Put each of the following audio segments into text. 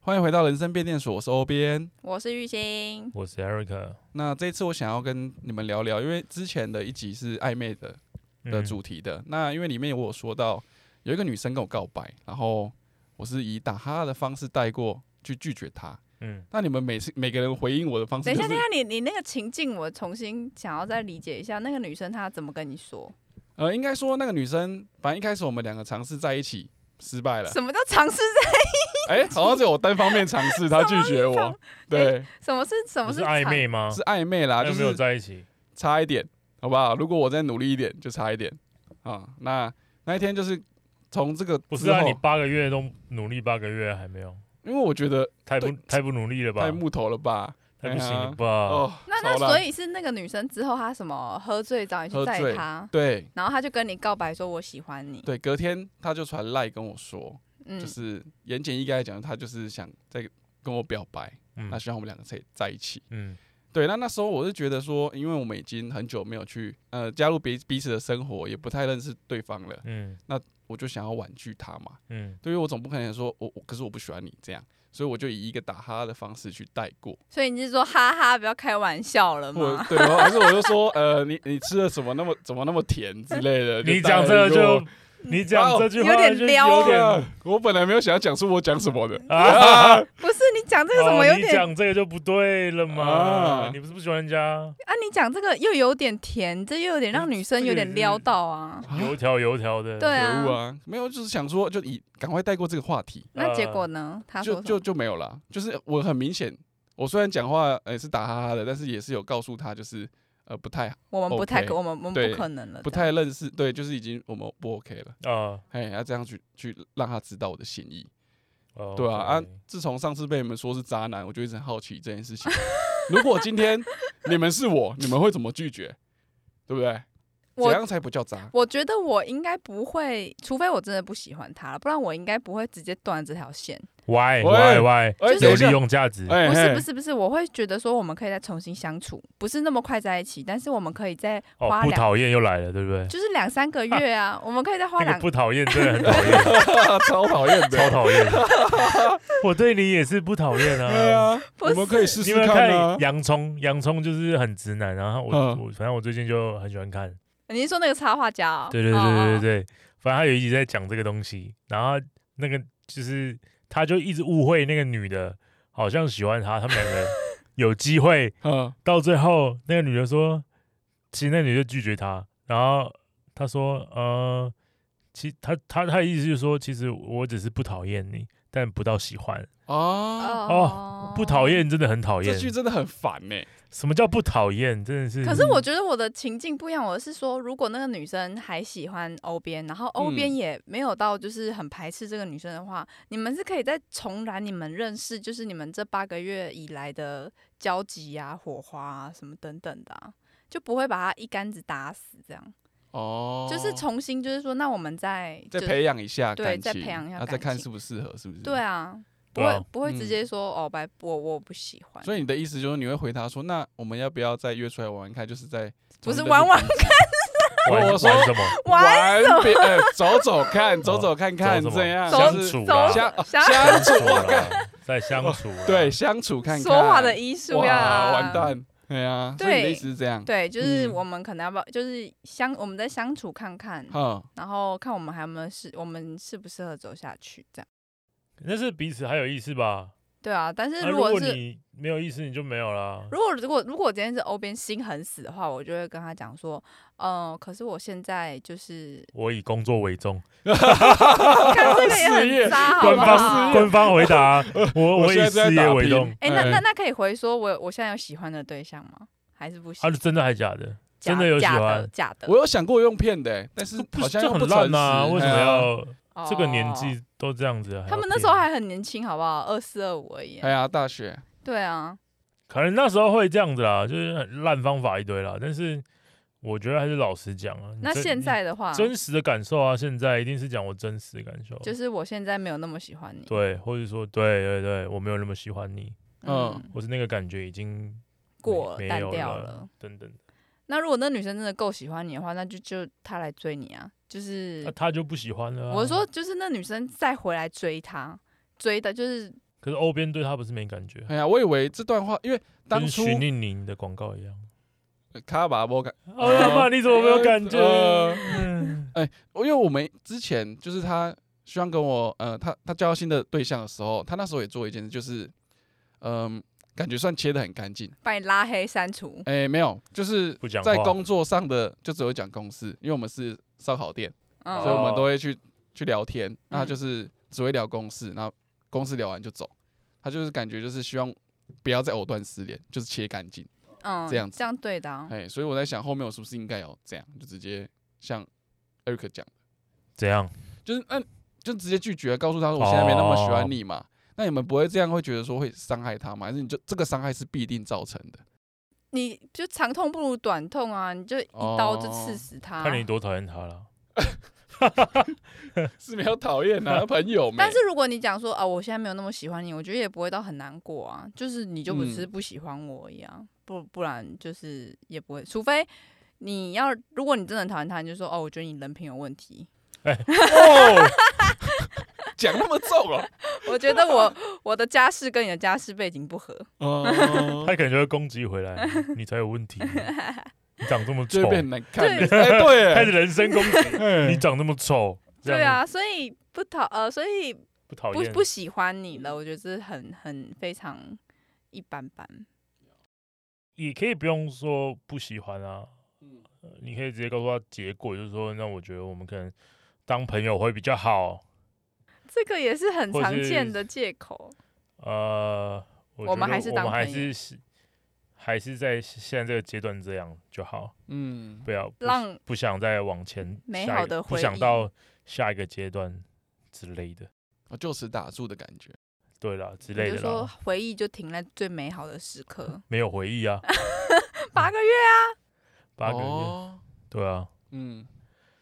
欢迎回到人生变电所，我是欧边。我是 玉兴，我是 Eric 那这一次我想要跟你们聊聊，因为之前的一集是暧昧的嗯的主题嗯的。那因为里面我有说到有一个女生跟我告白，然后我是以打哈哈的方式带过去拒绝她。嗯，那你们每次每个人回应我的方式、等就一是，下，等一下，你你那个情境，我重新想要再理解一下，那个女生她怎么跟你说？呃，应该说那个女生，反正一开始我们两个尝试在一起失败 了，什么叫尝试哎、好像是我单方面尝试，她拒绝我，对，在？什么是什嗯么不是尝暧？昧吗？是暧昧哎啦，还就有没有是在一起？差一点，好不好？如果我再努力一点，就差一点啊。那那一天就是从这个不是之啊，后你八个月都努力八个月还没有，因为我觉得太不对太不努力了吧啊太？木头了吧，太不行了哎呀吧？哦，那那超烂所以是那个女生之后她什么喝醉找你去喝载醉她，对然后她就跟你告白说我喜欢你。对，隔天他就传赖跟我说，嗯就是言简意赅来讲，他就是想再跟我表白，嗯那希望我们两个在在一起。嗯对，那那时候我是觉得说，因为我们已经很久没有去呃加入彼彼此的生活，也不太认识对方了，嗯我就想要婉拒他嘛。嗯对于我总不可能说我我可是我不喜欢你这样，所以我就以一个打哈哈的方式去带过，所以你是说哈哈，不要开玩笑了或者吗？对，然后还是我就说呃，你你吃的什么那么怎么那么甜之类的，你大概讲这个如就果。你哦讲这句话有点就撩有哦对点啊我本来没有想要讲出我讲什么的， 啊！ 不是你讲这个什么哦有你点讲这个就不对了啊嘛？你不是不喜欢人家啊？你讲这个又有点甜，这又有点让女生有点撩到啊。油条油条的？对可恶啊，啊，没有，就是想说就以赶快带过这个话题，那结果呢？她说就什就么？就没有了。就是我很明显，我虽然讲话呃是打哈哈的，但是也是有告诉他，就是呃不太我们不太 OK，可，我们我们对不可能了，不这样太认识，对，就是已经我们不 OK 了，啊，哎，要这样去去让他知道我的心意。哦对啊，啊 OK，自从上次被你们说是渣男，我就一直很好奇这件事情。 如果今天你们是我，你们会怎么拒绝？对不对？我怎样才不叫渣？我觉得我应该不会，除非我真的不喜欢他了，不然我应该不会直接断这条线。 why 喂 why why 哎就是有等一利下，用价值？哎不是嘿 不是不是，我会觉得说我们可以再重新相处，不是那么快在一起，但是我们可以再哦，花不两，讨厌又来了，对不对？就是两三个月啊，我们可以再花那两个。不讨厌真的很讨厌。超讨厌的，超讨厌。 我对你也是不讨厌对啊。啊，不我是们可以试你试有没有看啊看。洋葱？洋葱就是很直男，啊然后我、嗯我反正我最近就很喜欢看。你是说那个插画家、哦？对对对哦对对哦对，反正他有一集在讲这个东西，然后那个就是他就一直误会那个女的好像喜欢他，他们两个有机会，嗯，到最后那个女的说，其实那女的就拒绝他，然后他说呃，其他他他的意思就是说，其实我只是不讨厌你，但不到喜欢。啊，哦不讨。厌真的很讨这厌。句真的很烦呢。什么叫不讨厌？真嗯的是。可是我觉得我的情境不一样，我是说，如果那个女生还喜欢欧边，然后欧边嗯也没有到就是很排斥这个女生的话，你们是可以再重燃你们认识，就是你们这八个月以来的交集啊、火花啊什么等等的、啊，就不会把她一竿子打死，这样、哦，就是重新就是说，那我们再再就培养一下对感情，再培养一下啊再感看情适不适合，是不是？对。啊，不对会、啊不会嗯直接说、哦，拜，我我不喜欢，所以你的意思就是你会回答说，那我们要不要再约出来玩玩看？就是在不重新是认识玩玩彼此玩我说玩什么？玩玩别，呃，走走看，走走看看，哦走什么这样走相就是处走啦，相哦相相处，啦我看 在相处啦。对相处看看，说话的艺术哇呀，完蛋，对啊，所以你的意思是这样，对，就是嗯我们可能要不要，就是相我们再相处看看，哈，然后看我们还有没有适，我们适不适合走下去这样。那是彼此还有意思吧？对啊，但是那如如果果是、你没有意思，你就没有啦。如果如果如果我今天是欧边心很死的话，我就会跟他讲说，嗯、可是我现在 就是，我以工作为重，看这个也事业很渣，好官不 方好？官方回答，啊 我我我现在以在事业打为拼重。哎、那那那可以回说我我现在有喜欢的对象吗？还是不行？啊，真的还假的？假真的有喜假的欢假的，我有想过用骗的欸，但是好像就又诚很烂实啊！为什么哎呀要这个年哦？纪都这样子？还要他们那时候骗还很年轻，好不好？二四二五而已。哎呀，大学，对啊，可能那时候会这样子啦，就是很烂方法一堆啦。但是我觉得还是老实讲啊。你那真现你在的话，真实的感受啊，现在一定是讲我真实的感受，就是我现在没有那么喜欢你。对，或者说对对对，我没有那么喜欢你，嗯或是那个感觉已经过了，没没淡有掉了了。等等，那如果那女生真的够喜欢你的话，那就就她来追你啊，就那、是、他就不喜欢了啊、我说就是那女生再回来追他，追的就是可是欧边对他不是没感觉，哎呀，我以为这段话，因为当跟初徐宁宁的广告一 样。卡巴波感，哦，呀妈，你怎么没有感觉？呃嗯因为我们之前就是他希望跟我，呃，他他交新的对象的时候，他那时候也做一件事，就是，嗯、感觉算切的很干净。把你拉黑删除。哎、没有，就是不讲话在工作上的就只有讲公事，因为我们是烧烤店，嗯，所以我们哦都会去去聊天。那就是只会聊公事，然后公事聊完就走。他就是感觉就是希望不要再藕断丝连，就是切干净。嗯，这样子这样对的、啊。哎、所以我在想后面我是不是应该要这样，就直接像 Eric 讲，怎样？就是嗯，就直接拒绝，啊告诉他说我现在没那么喜哦欢你嘛。那你们不会这样会觉得说会伤害他吗？还是你就这个伤害是必定造成的？ 你就长痛不如短痛啊，你就一刀哦就刺死他。看你多讨厌他了。是没有讨厌 啊，朋友没。但是如果你讲说啊，我现在没有那么喜欢你，我觉得也不会到很难过啊，就是你就嗯不只是不喜欢我而已啊，不不然就是也不会，除非你要，如果你真的很讨厌他，你就说哦，我觉得你人品有问题，哦，讲那么重哦、我觉得 我我的家世跟你的家世背景不合，哦，他可能就会攻击 回来，你才有问题。你长这 么就丑会，变难看的。对哎，对，开始人身攻击。哎你长那么丑，这样对啊，所以不讨呃，所以不讨不厌嗯不喜欢你了，我觉得这是很很非常一般般，也可以不用说不喜欢啊，嗯呃你可以直接告诉他结果，就是说，那我觉得我们可能当朋友会比较好。这个也是很或常是见的借口。呃，我我觉们得还是我当们还朋友是是还是在现在这个阶段这样就好，嗯，不要不让不想再往前美下一好个的不回想忆到下一个阶段之类的，我哦就此打住的感觉。对啦之我类就的说啦，回忆就停在最美好的时 刻，没有回忆啊，八个月。八个月，哦，对啊嗯，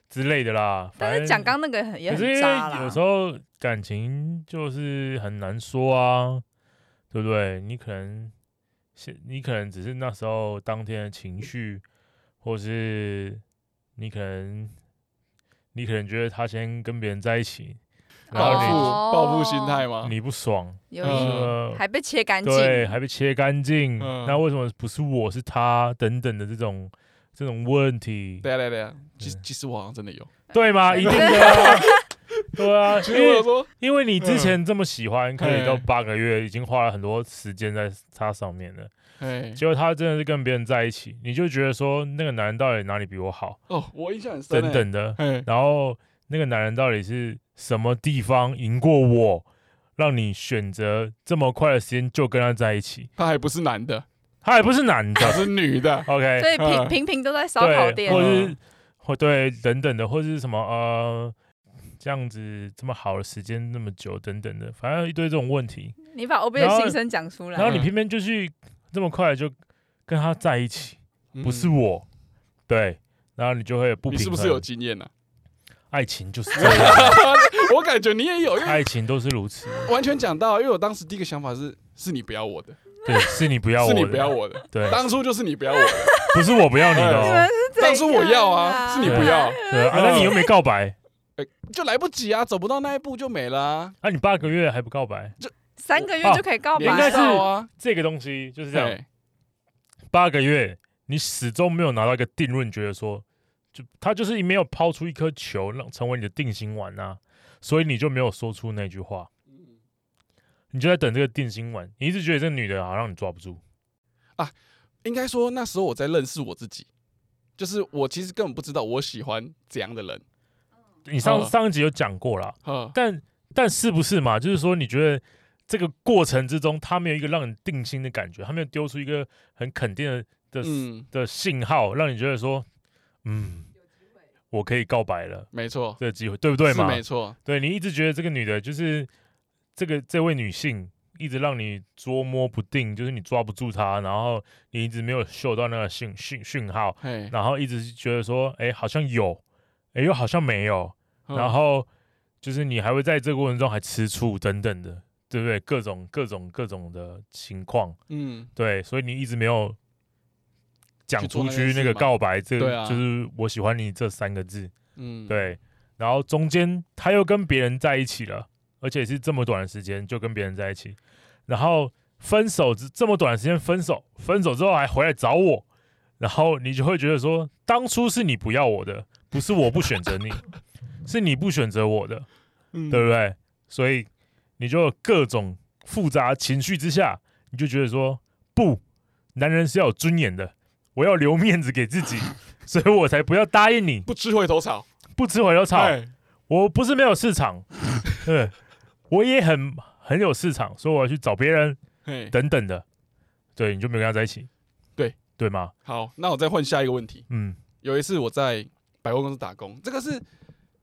之类的啦。但反是讲正刚那个很也可是因很为渣啦。有时候感情就是很难说啊，对不对？你可能是你可能只是那时候当天的情绪，或是你可能你可能觉得他先跟别人在一起，然报后复你、哦报复心态吗？你不爽，有嗯一呃还被切干净，对，还被切干净，嗯那为什么不是我是他等等的这种这种问题，对啊对啊对啊，其嗯其实我好像真的有。对吗？一定的 啊、对啊，其因实我为有说，因为你之嗯前这么喜欢，可以到哎嗯八个月，已经花了很多时间在他上面了。哎，嗯结果他真的是跟别人在一起，你就觉得说那个男人到底哪里比我好，哦，我印象很深。等，等的。哎，然后那个男人到底是什么地方赢过我，让你选择这么快的时间就跟他在一起？他还不是男的，他还不是男他 的是女的。 ，OK？所以平嗯平平都在烧烤对，店或，是嗯或对等等的，或是什么呃。这样子这么好的时间那么久，等等的，反正一堆这种问题，你把 O B 的然后心声讲出来 然，后你嗯偏偏就去这么快就跟他在一起，不是嗯，我，对，然后你就会不你平衡。是不是 有经验呢？啊爱情就是这样，我感觉你也有，因为爱情都是如此。完全讲到，因为我当时第一个想法是，是你不要我的，对，是你不要我是的，你不要我的，对，当初就是你不要我 的，不是我不要你的 你们哦，是当初我要啊，是怎你样不要，对啊，那你又没告 白，就来不及啊，走不到那一步就没了啊，啊，你八个月还不告白，三个月哦就可以告连应白该是到了，啊，这个东西就是这样，对，八个月你始终没有拿到一个定论，觉得说，就他就是没有抛出一颗球，让成为你的定心丸啊，所以你就没有说出那句话。你就在等这个定心丸，你一直觉得这女的好像你抓不住，应该说那时候我在认识我自己，就是我其实根本不知道我喜欢怎样的人。你上、嗯上一集有讲过啦，呵，但但是不是嘛？就是说，你觉得这个过程之中，他没有一个让你定心的感觉，他没有丢出一个很肯定的的、嗯，的信号，让你觉得说，嗯，我可以告白了，没错，这个机会对不对是嘛没？错，对你一直觉得这个女的，就是这个这位女性。一直让你捉摸不定，就是你抓不住她，然后你一直没有嗅到那个讯讯讯号，嘿，然后一直觉得说，哎、好像有，哎、又好像没有，嗯然后就是你还会在这个过程中还吃醋等等的，对不对？各种各种各种的情况，嗯，对，所以你一直没有讲去做出那去件那事个嘛告白，这对啊就是我喜欢你这三个字，嗯，对。然后中间他又跟别人在一起了，而且是这么短的时间就跟别人在一起，然后分手之这么短的时间分手，分手之后还回来找我，然后你就会觉得说，当初是你不要我的，不是我不选择你，是你不选择我的，嗯对不对？所以你就各种复杂情绪之下，你就觉得说，不，男人是要有尊严的，我要留面子给自己， 所以我才不要答应你，不吃回头草，不吃回头草。哎我不是没有市场， 对，我也很很有市场，所以我要去找别人嘿，等等的。对，你就没有跟他在一起。对对吗？好，那我再换下一个问题。嗯，有一次我在百货公司打工，这个是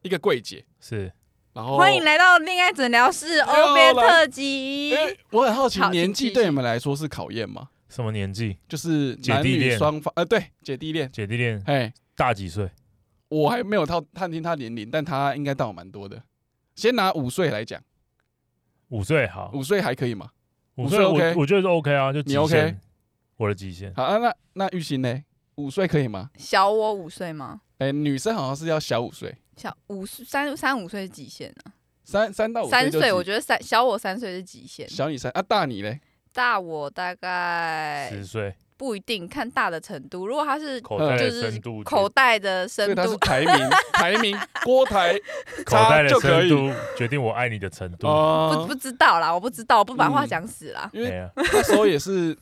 一个柜姐，是然后欢迎来到恋爱诊疗室哎呦欧边来特辑。哎我很好奇好，请年继纪续对你们来说是考验吗？什么年纪？就是姐男弟女恋双方，呃，对，姐弟恋。姐弟恋哎，大几岁？我还没有到探听他年龄，但他应该大我蛮多的。先拿五岁来讲，五岁好，五岁还可以吗？五五岁岁我 OK 我觉得是 OK 啊，就极你 OK？限我的极限。好啊，那那玉鑫呢？五岁可以吗？小我五岁吗？哎、女生好像是要小五岁，小五岁三三五岁是极限啊，三三到五三就岁是我觉得三小我三岁是极限，小你三啊，大你嘞？大我大概十岁，不一定看大的程度。如果他是口袋嗯的就是深度，口袋的所以深他是度，排 名排名郭台口差袋的就可深以度决定我爱你的程不度。哦不，知道啦，我不知道，我不把话嗯讲死啦。因哎为呀，那时候也是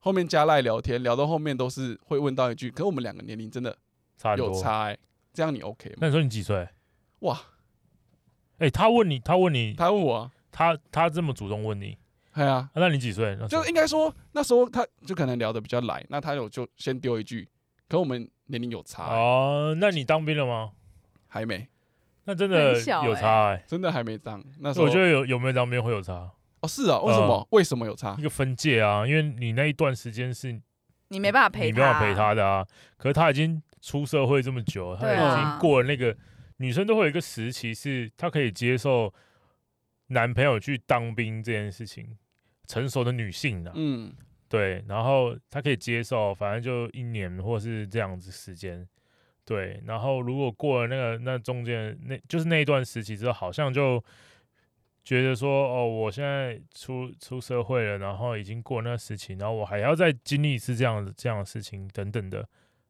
后面加赖聊天，聊到后面都是会问到一句，可我们两个年龄真的差很有多。差哎、这样你 OK 吗？那你说你几岁？哇，哎，他问你，他问你，他问我、啊，他他这么主动问你，哎呀、啊那你几岁？那时候就应该说那时候他就可能聊得比较来，那他有就先丢一句，可我们年龄有差欸、哦，那你当兵了吗？还没，那真的很小有欸差哎、真的还没当。那时候我觉得嗯有有没有当兵会有差，哦是啊，为什么、为什么有差一？个分界啊，因为你那一段时间是你你没办法陪他，没办法陪他的啊。可是他已经出社会这么久，他对已啊经过了那个、女生都会有一个时期，是她可以接受男朋友去当兵这件事情，成熟的女性啊，嗯，对，然后她可以接受，反正就一年或是这样子时间。对，然后如果过了那个那中间那就是那一段时期之后，好像就觉得说，哦，我现在出出社会了，然后已经过那个时期，然后我还要再经历一次这样的这样的事情等等的，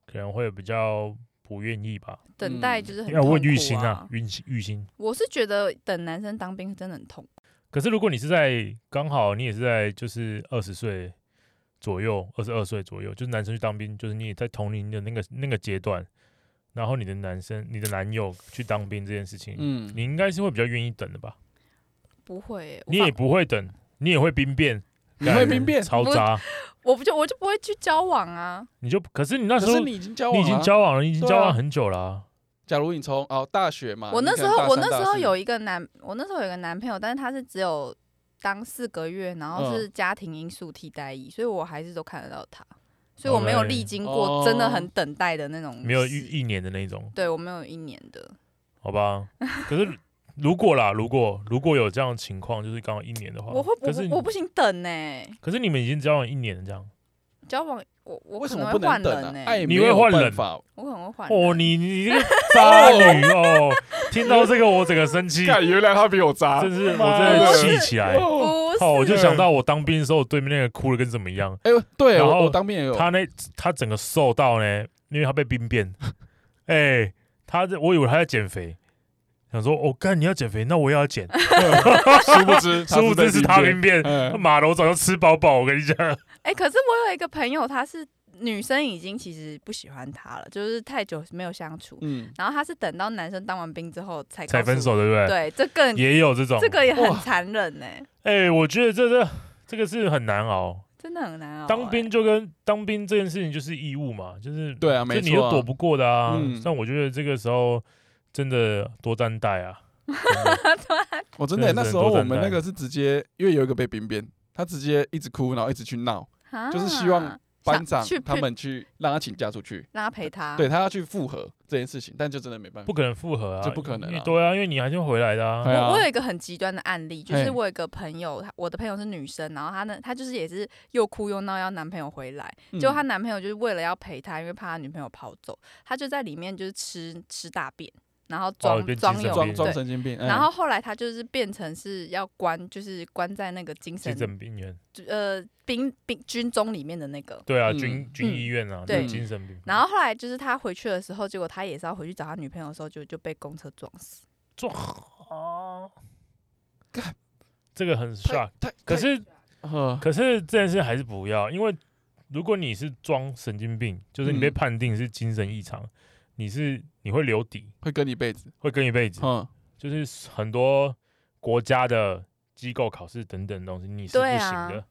可能会比较不愿意吧。等嗯待就是很要问痛苦玉心啊，玉心玉心。我是觉得等男生当兵真的很痛，可是如果你是在刚好你也是在就是二十岁左右，二十二岁左右，就是男生去当兵，就是你也在同龄的那个那个阶段，然后你的男生你的男友去当兵这件事情，嗯你应该是会比较愿意等的吧？不会欸，我你反也不会等，你也会兵变，你会干兵变嘈不杂，我不就我就不会去交往啊，你就可是你那可时候是你已经交往、你啊，已经。交往了，你已经对交往啊很久了啊、假如你从哦大学嘛，我那你可时能候大我三那时大候四有一个男，我那时候有一个男朋友，但是他是只有当四个月，然后嗯是家庭因素替代役，所以我还是都看得到他，所以我没有 Alright 历经哦过真的很等待的那嗯种，没有一，一年的那种，对我没有一年的，好吧？可是如果啦，如果如果有这样的情况，就是刚好一年的话，我会哦可是我我你不行等呢、欸可是你们已经交往一年了，这样交往我我为可什能么会不换能人等呢、啊？爱你没会有换办人法我可能会换人哦，你你这个渣女哦，听到这个我整个生气，干，原来他比我渣真是我妈真的的气起来。哦，不是，哦，我就想到我当兵的时候，对面那个哭的跟怎么样，哎、呦，对然我后我当面也有，他那他整个瘦到呢，因为他被兵变， 哎、他这我以为他在减肥，想说我干、你要减肥，那我也 要减，殊不知，殊不知是他兵明变，嗯马楼早就吃饱饱，我跟你 讲，哎、可是我有一个朋友，她是女生已经其实不喜欢他了，就是太久没有相处，嗯，然后她是等到男生当完兵之后才才告诉分手，我。对不对？对，这更也有这种，这个也很哇残忍呢、哎、我觉得这个这个是很难熬，真的很难熬、当兵哎，就跟当兵这件事情就是义务嘛，就是对啊，这没你错、又啊，躲不过的啊。嗯但我觉得这个时候真的多担待 啊，真的我真的欸、真的那是时很候多我等们待那个是直接，因为有一个被兵变，他直接一直哭，然后一直去闹，啊就是希望班长想去啊他们去让他请假出去，拉陪他，对，他要去复合这件事情，但就真的没办法不。可能复合啊，这不可能啊因为对啊，因为你还是会回来的啊对。啊我我有一个很极端的案例，就嘿是我有一个朋友，她我的朋友是女生，然后她呢，她就是也是又哭又闹，要男朋友回来，结果她嗯男朋友就是为了要陪她，因为怕她女朋友跑走，她就在里面就是吃吃大便，然后装哦变装精神有装病装对，神经病，嗯然后后来他就是变成是要关，就是关在那个精急神诊病院，呃兵兵军中里面的那个。对啊，嗯军军医院啊，对就精神病，然后后来就是他回去的时候，结果他也是要回去找他女朋友的时候，就就被公车撞死。撞啊干，这个很 shock。太可是呃可是这件事还是不要，因为如果你是装神经病，就是你被嗯判定是精神异常，你是你会留底，会跟你一辈子，会跟一辈子。嗯，就是很多国家的机构考试等等东西，你是不对行啊的，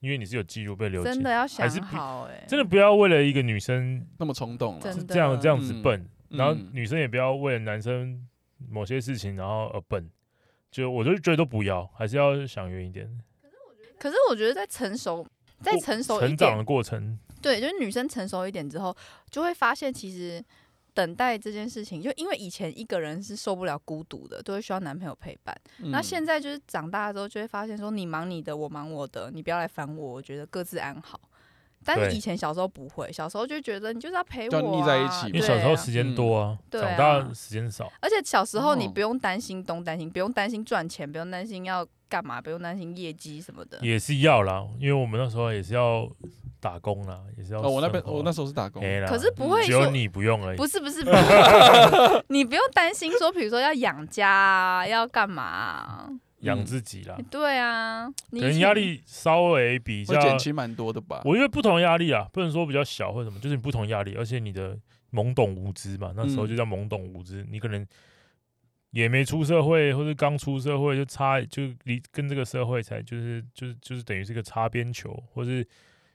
因为你是有记录被留级。真的要想还是不好哎、真的不要为了一个女生那么冲动了真，是的这样这样子嗯笨，然后嗯女生也不要为了男生某些事情然后而笨。就我就觉得都不要，还是要想远一点。可是我觉得在成熟，在过成熟一成长点，的过程，对，就是女生成熟一点之后，就会发现其实等待这件事情，就因为以前一个人是受不了孤独的，都会需要男朋友陪伴。那现在在就是长大之后，就会发现说你忙你的，我忙我的，你不要来烦我，我觉得各自安好。但是对以前小时候不会，小时候就觉得你就是要陪我、就啊，要腻在一起嘛因对为小时候啊时间嗯多啊，对长啊大时间少。而且小时候你哦不用担心东担心，不用担心赚钱，不用担心要干嘛，不用担心业绩什么的。也是要啦，因为我们那时候也是要打工啦，也是要生活哦，啦。我那边我那时候是打工，没啦，可是不会只说有你不用而已。不是不是，不 是你不用担心说，比如说要养家啊，要干嘛啊、养嗯自己啦，对啊，你可能以压前力稍微比较会，减轻蛮多的吧？我觉得不同压力啊，不能说比较小或什么，就是你不同压力，而且你的懵懂无知嘛，那时候嗯就叫懵懂无知，你可能也没出社会，或者刚出社会就差就离跟这个社会才就是就是就是等于是个擦边球，或是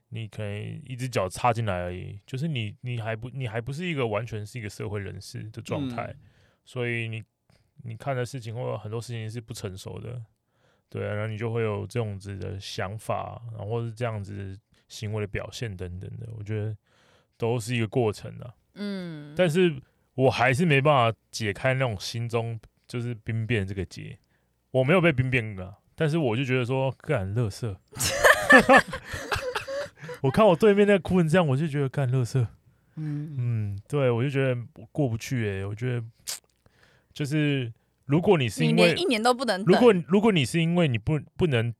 你可能一只脚插进来而已，就是你你还不你还不是一个完全是一个社会人士的状嗯态，所以你你看的事情或者很多事情是不成熟的，对啊，然后你就会有这种子的想法，然后或是这样子行为的表现等等的，我觉得都是一个过程啊。嗯，但是我还是没办法解开那种心中就是兵变这个结，我没有被兵变过啊，但是我就觉得说，干 乐色。我看我对面那个哭成这样，我就觉得干乐色。嗯，嗯，对，我就觉得我过不去欸诶、我觉得就是如果你是你因为连一年都不能等。如果如果你是因为你不不能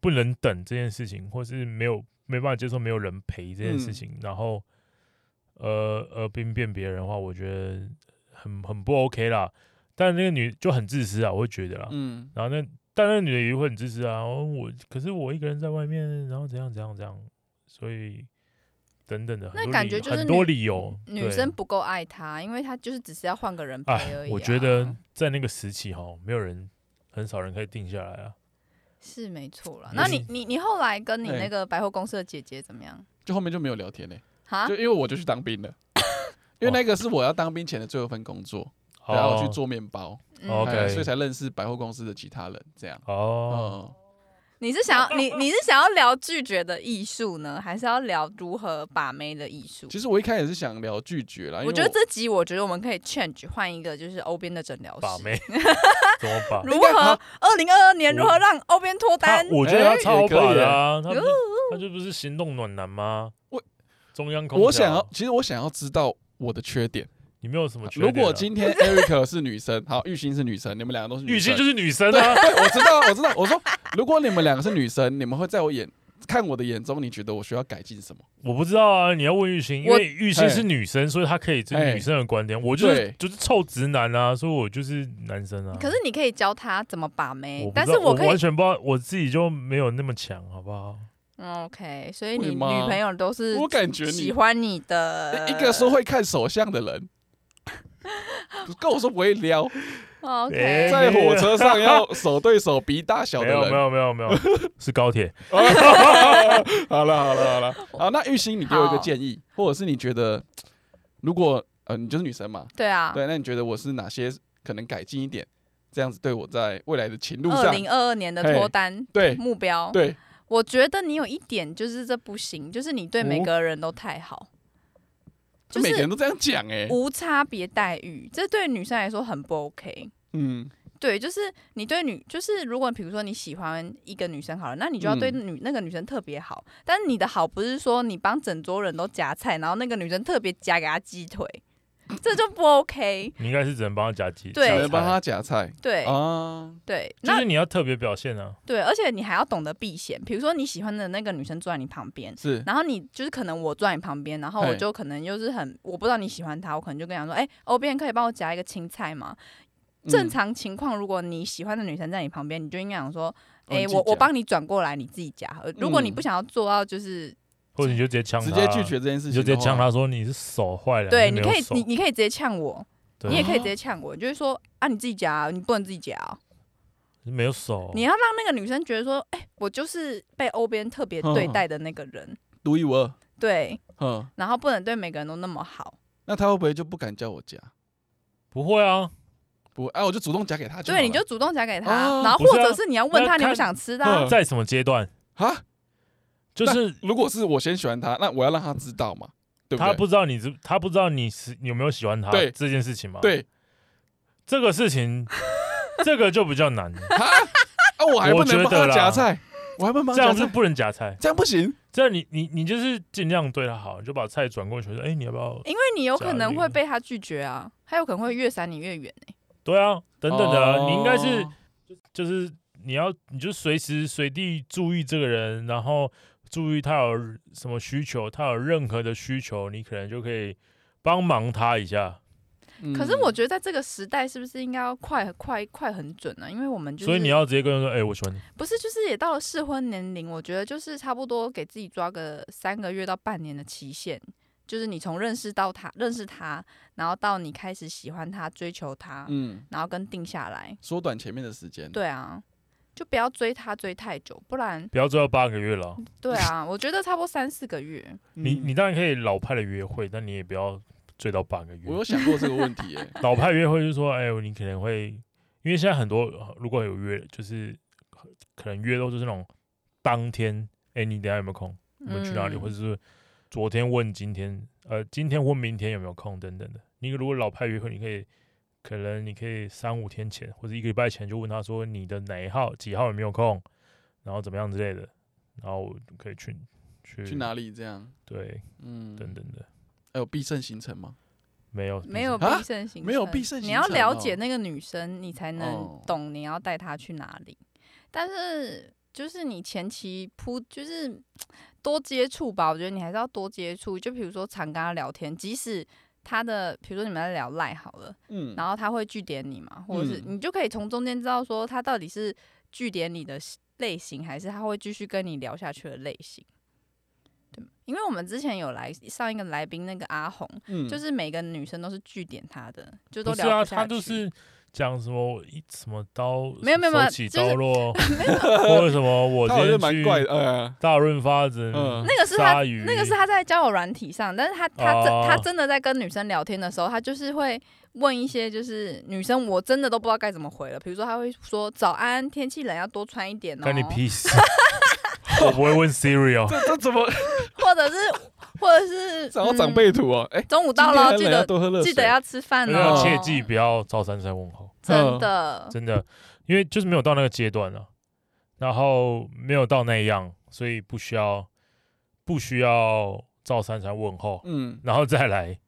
不能等这件事情，或是没有没办法接受没有人陪这件事嗯情，然后呃呃兵变别人的话，我觉得很很不 OK 啦。但那个女就很自私啊，我会觉得啦。嗯，然后那但那个女的也会很自私啊，哦我可是我一个人在外面，然后怎样怎样怎样，所以等等的很那多感理觉由就是很女多理由，女对生不够爱他，因为他就是只是要换个人陪哎而已、啊。我觉得在那个时期哈，没有人很少人可以定下来啊。是没错了。我那是你你你后来跟你哎那个百货公司的姐姐怎么样？就后面就没有聊天嘞，哈就，因为我就去当兵 了。因为哦那个是我要当兵前的最后一份工作，然啊后我去做面包，嗯哦 OK 哎所以才认识百货公司的其他人，这样。哦，嗯，你是想要你你是想要聊拒绝的艺术呢，还是要聊如何把妹的艺术？嗯其实我一开始是想聊拒绝啦，因为我觉得这集，我觉得我们可以 change 换一个，就是欧边的诊疗 把师。妹怎么把？如何？二零二二年如何让欧边脱他单？我觉得他哎超也可以把的啊，他不是他就不是行动暖男吗？我中央空调，我想要，其实我想要知道我的缺点。你没有什么缺如点啊？果今天 Eric 是女生， 好，玉欣是女生，你们两个都是女雨欣生，就是女生啊，对，我知道，我知道。我说，如果你们两个是女生，你们会在我眼看我的眼中，你觉得我需要改进什么？我不知道啊，你要问玉欣，因为玉欣哎是女生，所以她可以就是哎女生的观点。我就是对就是臭直男啊，所以我就是男生啊。可是你可以教他怎么把妹我，不但知是道我可以完全不知道，我自己就没有那么强，好不好？嗯 OK，所以你会女吗朋友都是我感觉喜你欢你的一个说会看手相的人， 跟我说不会撩， OK，哎在火车上要手对手比大小的没有没人。有没有没有， 是高铁。 好了好了好 了，好，那玉兴，你给我一个建议，或者是你觉得，如果呃你就是女生嘛，对啊，对，那你觉得我是哪些可能改进一点，这样子对我在未来的情路二上，零嗯二二年的嘿脱单对目标，对，我觉得你有一点就是这不行，就是你对每哦个人都太好，这就每个是人都这样讲哎，无差别待遇，这对女生来说很不 OK。嗯，对，就是你对女，就是如果比如说你喜欢一个女生好了，那你就要对嗯女、那个女生特别好。但是你的好不是说你帮整桌人都夹菜，然后那个女生特别夹给她鸡腿，这就不 OK。你应该是只能帮他夹鸡，对夹只能只能帮菜他夹菜对、啊。对，哦就那是你要特别表现啊，对，而且你还要懂得避嫌。比如说你喜欢的那个女生坐在你旁边，是然后你就是可能我坐在你旁边，然后我嘿就可能就是很我不知道你喜欢她，我可能就跟她说，哎、欧边可以帮我夹一个青菜吗？嗯嗯正，常情况，如果你喜欢的女生在你旁边，你就应该想说，哦哎、你自己我我夹帮你转过来，你自己夹。呃如果你嗯不想要做到，就是或者你就直接呛啊嗯他，直接拒，绝这件事情，你哦就直接呛。他说你是手坏了，对，你你没可有以手你你可以直接呛我，对啊你也可以哦直接呛我，就是说啊，你自己夹啊，你不能自己夹啊。没有手，你要让那个女生觉得说，哎、我就是被欧边特别对待的那个人， 独一无二。对，嗯，然后不能对每个人都那么好。那他会不会就不敢叫我夹？不会啊，不，哎，我就主动夹给他好了。对，你就主动夹给他，哦然后不是或啊者是你要问那他你有看想吃的啊、 嗯在什么阶段？啊，就是如果是我先喜欢他，那我要让他知道嘛，对不他对？不知道你是他不知道你是有没有喜欢他对这件事情嘛？，对这个事 情这个就比 较难，啊，我还不我觉能帮得他啦夹菜，我还不能帮这他夹样是菜，不能夹菜，这样不行。这样你你你就是尽量对他好，你就把菜转过去说，哎，你要不要？因为你有可能夹会你被他拒绝啊，他有可能会越闪你越远、欸。对啊，等等的啊，你应该是哦就是你要你就随时随地注意这个人，然后注意他有什么需求，他有任何的需求，你可能就可以帮忙他一下。可是我嗯觉得在这个时代，是不是应该要快快快很准呢、因为我们就是嗯所以你要直接跟他说，哎、我喜欢你。不是就是也到了适婚年龄，我觉得就是差不多给自己抓个三个月到半年的期限，就是你从认识到他，认识他，然后到你开始喜欢他、追求他，嗯，然后跟定下来。缩短前面的时间。对啊，就不要追他追太久，不然不要追到八个月了啊，对啊，我觉得差不多三四个月。嗯，你你当然可以老派的约会，但你也不要追到八个月嗯我。有想过这个问题 耶，老派约会就是说，哎、你可能会，因为现在很多呃如果有约，就是呃可能约都是那种当天，哎、你等一下有没有空？我们去哪里？嗯或者是昨天问今天，呃，今天问明天有没有空等等的。你如果老派约会，你可以可能你可以三五天前或者一个礼拜前就问他说你的哪一号几号有没有空，然后怎么样之类的，然后我可以去去去哪里这样？对嗯，等等的，还有必胜行程吗？没有没有必啊胜行程，没有必胜你行要程了哦解那个女生，你才能哦懂你要带她去哪里。但是就是你前期铺，就是多接触吧，我觉得你还是要多接触。就比如说常跟她聊天，即使她的，比如说你们在聊赖好了，嗯，然后她会据点你嘛，或者是嗯你就可以从中间知道说她到底是据点你的类型，还是她会继续跟你聊下去的类型。对吗，因为我们之前有来上一个来宾，那个阿红，嗯就是每个女生都是据点他的，就都不是聊啊，下他就去是讲什么我一什么刀，没有没有没有手起就是刀落，或者什么我他好像今蛮天怪去的，呃，大润发子，嗯那个是他鲨鱼，那个是他在交友软体上，但是他他真、哦他真的在跟女生聊天的时候，他就是会问一些就是女生我真的都不知道该怎么回了，比如说他会说早安，天气冷要多穿一点哦，干你屁事， 我不会问 Siri 哦，这这怎 么或者是或者是找到长、辈图啊？哎嗯，中午今到天了，很记冷要得多喝热水，记得要吃饭大要哦，啊家切记不要照三三问候，真的，真的，因为就是没有到那个阶段了、然后没有到那样，所以不需要不需要照三三问候，嗯，然后再来，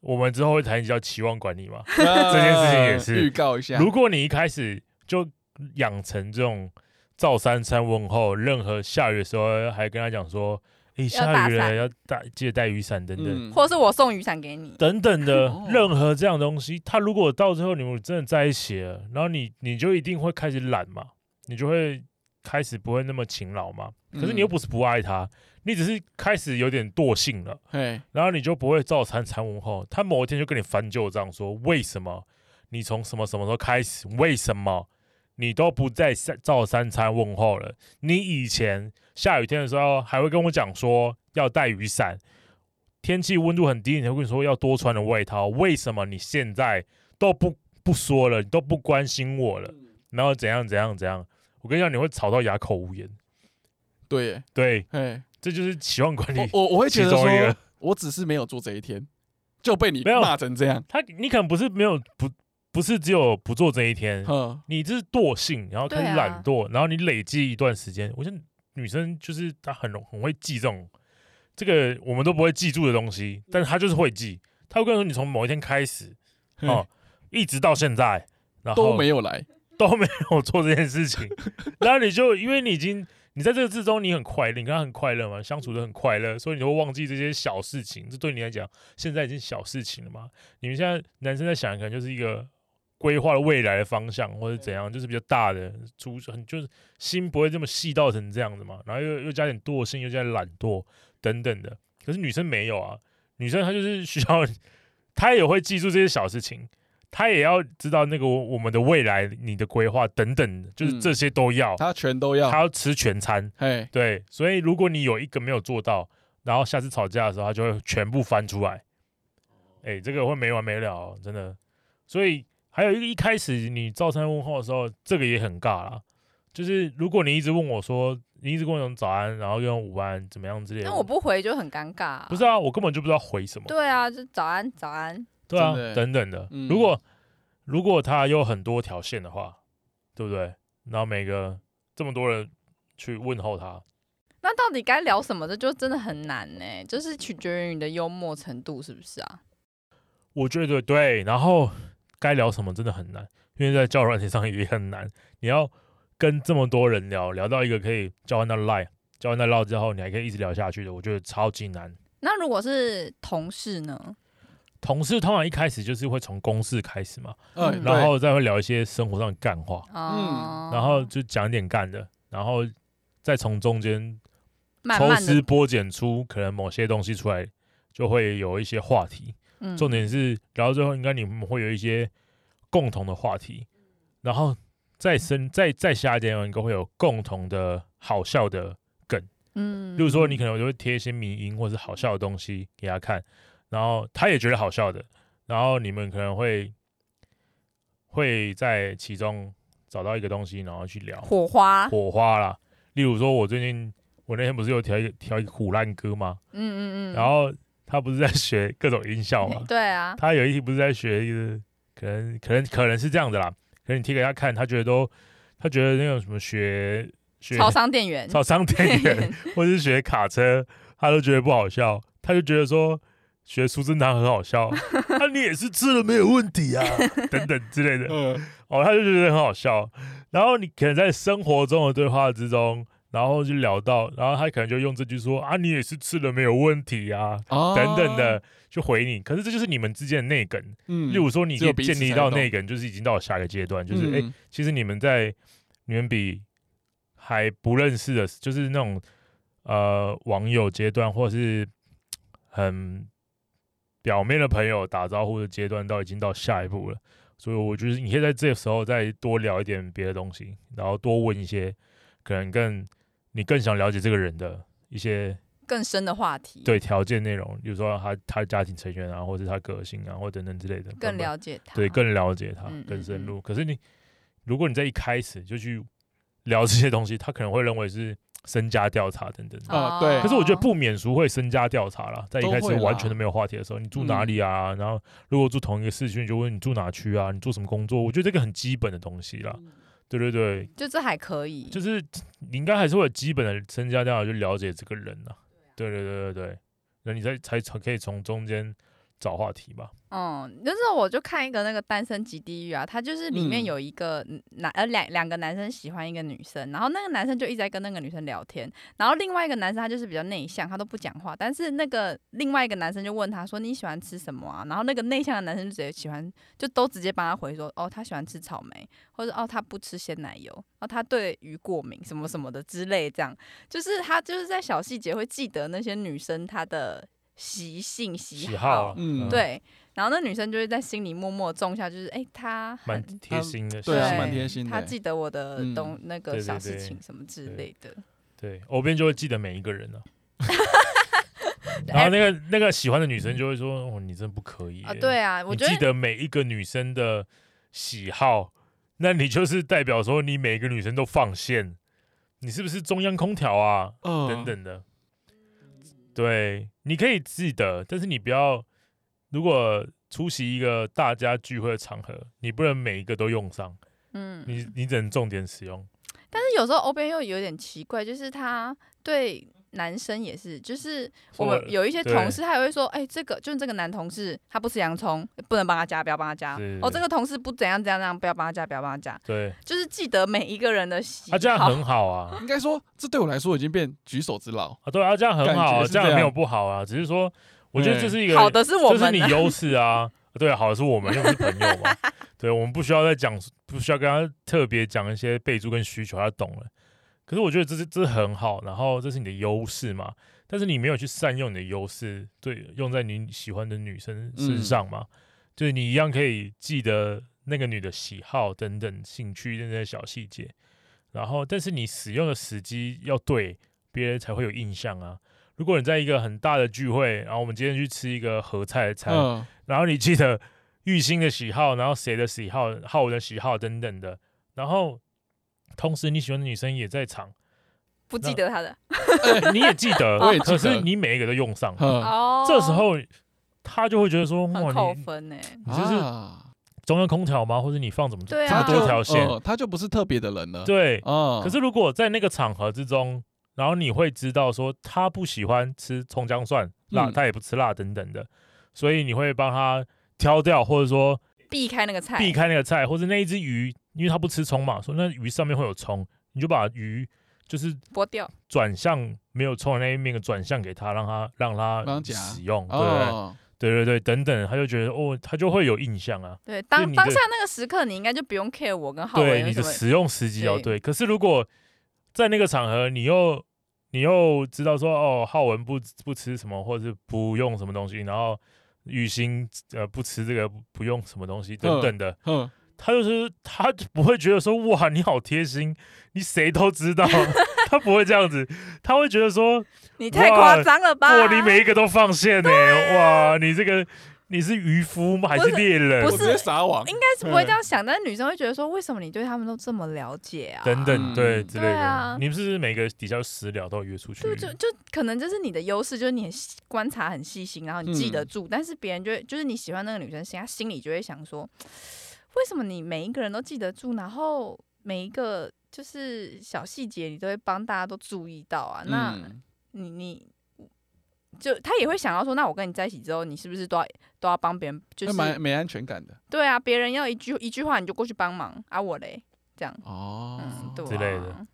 我们之后会谈及到期望管理嘛，这件事情也是预告一下，如果你一开始就养成这种照三餐问候，任何下雨的时候还跟他讲说：“哎、下雨打了，伞要带记得带雨伞等等、嗯或者是我送雨伞给你，等等的 哦，任何这样的东西，他如果到最后你们真的在一起了，然后你你就一定会开始懒嘛，你就会开始不会那么勤劳嘛。可是你又嗯不是不爱他，你只是开始有点惰性了。”嘿，然后你就不会照三餐问候。他某一天就跟你翻旧账，说为什么你从什么什么时候开始，为什么你都不再三照三餐问候了？你以前下雨天的时候还会跟我讲说要带雨伞，天气温度很低，你还会跟你说要多穿点外套。为什么你现在都不不说了，你都不关心我了？然后怎样怎样怎样？我跟你讲，你会吵到哑口无言。对耶，对，嘿，这就是期望管理我我我会觉其得中说一个，。 我只是没有做这一天，就被你没有骂成这样，他你可能不是没有不不是只有不做这一天，嗯，你这是惰性，然后开对始啊懒惰，然后你累积一段时间。我觉得女生就是她很容很会记这种这个我们都不会记住的东西，但是她就是会记，他会跟你说你从某一天开始哦，一直到现在，然后都没有来，都没有做这件事情，然后你就因为你已经你在这个之中你很快乐，你跟他很快乐嘛，相处的很快乐，所以你会忘记这些小事情，这对你来讲现在已经小事情了嘛。你们现在男生在想，可能就是一个规划未来的方向或者怎样，就是比较大的出很就是心不会这么细到成这样子嘛，然后又又加点惰性，又加点懒惰等等的。可是女生没有啊，女生她就是需要，她也会记住这些小事情，她也要知道那个我我们的未来、你的规划等等的，就是嗯这些都要，他全都要她，要吃全餐。嘿，对，所以如果你有一个没有做到，然后下次吵架的时候，他就会全部翻出来。哎、这个会没完没了哦，真的。所以还有一个一开始你造成问候的时候，这个也很尬啦。就是如果你一直问我说，你一直跟我讲早安，然后用午安怎么样之类的，但我不回就很尴尬、啊。不是啊，我根本就不知道回什么。对啊，就早安早安，对啊真的，欸等等的。嗯如果如果他有很多条线的话，对不对？然后每个这么多人去问候他，那到底该聊什么？这就真的很难呢、就是取决于你的幽默程度，是不是啊？我觉得对。然后该聊什么真的很难，因为在交友软件上也很难。你要跟这么多人聊，聊到一个可以交换到 line，交换到 line 之后，你还可以一直聊下去的，我觉得超级难。那如果是同事呢？同事通常一开始就是会从公事开始嘛，嗯，嗯对然后再会聊一些生活上的干话，哦嗯然后就讲一点干的，然后再从中间慢抽慢丝的，剥茧出可能某些东西出来，就会有一些话题。嗯重点是聊到最后，应该你们会有一些共同的话题，然后再深嗯再再下一点，应该会有共同的好笑的。嗯例如说，你可能就会贴一些迷音或是好笑的东西给他看，然后他也觉得好笑的，然后你们可能会会在其中找到一个东西，然后去聊。火花，火花啦。例如说，我最近我那天不是有调一个调一个虎烂歌吗？嗯嗯嗯，然后他不是在学各种音效吗？对啊， 他有一题不是在学一个，可能可能可能是这样的啦。可能你贴给他看，他觉得都他觉得那种什么学学超商店员， 超商店 员或是学卡车，他都觉得不好笑，他就觉得说。学苏贞昌很好笑，那、你也是吃了没有问 题啊，等等之类的。嗯，哦，他就觉得很好笑。然后你可能在生活中的对话之中，然后就聊到，然后他可能就用这句说啊，你也是吃了没有问题啊，哦等等，的去回你。可是这就是你们之间的内梗。嗯例如说，你只可有以彼此建立才到懂内梗，就是已经到了下一个阶段，就是哎、诶嗯其实你们在你们比还不认识的，就是那种呃网友阶段，或是很表面的朋友打招呼的阶段，到已经到下一步了。所以我觉得你可以在这时候再多聊一点别的东西，然后多问一些可能更你更想了解这个人的一些更深的话题，，对条件内容，比如说他他家庭成员啊，或者他个性啊，或等等之类的，更了。了解他，对，更了解他嗯，更嗯深嗯入。可是你，如果你在一开始就去聊这些东西，他可能会认为是身家调查等哦等的。啊对可是我觉得不免俗会身家调查啦，在一都开始会完啦嗯全都没有话题的时候，你住哪里啊？然后如果住同一个市区，你就问你住哪区啊？你做什么工作？我觉得这个很基本的东西啦。嗯对对对，就这还可以，就是你应该还是会有基本的身家调查，就了解这个人啊。对对对对对，那你才才才可以从中间找话题吧。嗯，那时候我就看一个那个《单身即地狱》啊，它就是里面嗯有一个嗯男呃两两个男生喜欢一个女生，然后那个男生就一直在跟那个女生聊天，然后另外一个男生他就是比较内向，他都不讲话，但是那个另外一个男生就问他说你喜欢吃什么啊？然后那个内向的男生就直接喜欢就都直接帮他回说哦他喜欢吃草莓，或者哦他不吃鲜奶油，哦他对鱼过敏什么什么的之类，这样就是他就是在小细节会记得那些女生她的习性喜好好，嗯对，然后那女生就会在心里默默种下，就是哎、她蛮很贴心的，对啊是蛮贴心的她欸记得我的嗯东、那个对小对事对情什么之对类的。对，偶边就会记得每一 个人啊。然后那个那个喜欢的女生就会说：“哦，你真不可以、啊，，对啊，我你觉记得得每一个女生的喜好，那你就是代表说你每一个女生都放线，你是不是中央空调啊？嗯等，等的。对，你可以记得，但是你不要，如果出席一个大家聚会的场合，你不能每一个都用上，嗯，你你只能重点使用。但是有时候欧边又有点奇怪，就是他对男生也是，就是我说们有一些对同事，他也会说，哎、这个就是这个男同事，他不吃洋葱，不能帮他加，不要帮他加是。哦，这个同事不怎样怎样怎样，不要帮他加，不要帮他加，对，就是记得每一个人的喜好。啊，这样很好啊，应该说这对我来说已经变举手之劳。啊，对啊，这样很感觉好啊，是这样这没样有不好啊，只是说，我觉得这对是一个好的是我这是们你啊，优势啊。 对，好的是我们又不是朋友 嘛，对我们不需要再讲，不需要跟他特别讲一些备注跟需求，他懂了。可是我觉得这是这是很好，然后这是你的优势嘛，但是你没有去善用你的优势，对，用在你喜欢的女生身嗯上嘛，就是你一样可以记得那个女的喜好等等兴趣的那些小细节，然后但是你使用的时机要对，别人才会有印象啊。如果你在一个很大的聚会，然后我们今天去吃一个合菜的餐，嗯，然后你记得玉兴的喜好，然后谁的喜好，浩文的喜好等等的，然后同时你喜欢的女生也 在场，不记得他的你也记得，我也记可得是你每一个都用上，嗯，哦。这时候他就会觉得说，很哇，扣你分呢、欸你这是啊中央空调吗？或者你放怎么对啊这么多条就线？呃他就不是特别的人了。对，哦，可是如果在那个场合之中，然后你会知道说他不喜欢吃葱姜蒜辣，嗯他也不吃辣等等的，所以你会帮他挑掉，或者说避开那个菜，避开那个菜，或者那一只鱼，因为他不吃葱嘛，说那鱼上面会有葱，你就把鱼就是剥掉。转向没有葱的那一面给转向给他，让他让他帮他夹使用，对、哦，对对对，等等，他就觉得哦，他就会有印象啊。对，就当你的当下那个时刻，你应该就不用 care 我跟浩对文有你欸什的么。使用时机要对。对可是如果在那个场合，你又你又知道说哦，浩文不不吃什么，或者是不用什么东西，然后雨欣呃不吃这个不用什么东西等等的，嗯，他就是他就不会觉得说哇你好贴心，你谁都知道， 他不会这样子，他会觉得说你太哇夸张了吧？哇你每一个都放线呢、哇你这个你是渔夫吗？还不是是猎人？我不直是接撒网应，该是嗯不会这样想，但是女生会觉得说，为什么你对他们都这么了解啊？等等，对嗯之类对的。啊你们是不是每个底下私聊都有约出去？就就就可能这是你的优势，就是你很细观察很细心，然后你记得嗯住，但是别人就会就是你喜欢那个女生，心她心里就会想说，为什么你每一个人都记得住，然后每一个就是小细节你都会帮大家都注意到啊？那嗯你你。就他也会想要说，那我跟你在一起之后，你是不是都要都要帮别人？就是那蛮没安全感的对啊，别人要一句一句话你就过去帮忙啊，我嘞这样，哦嗯，对、啊、之类的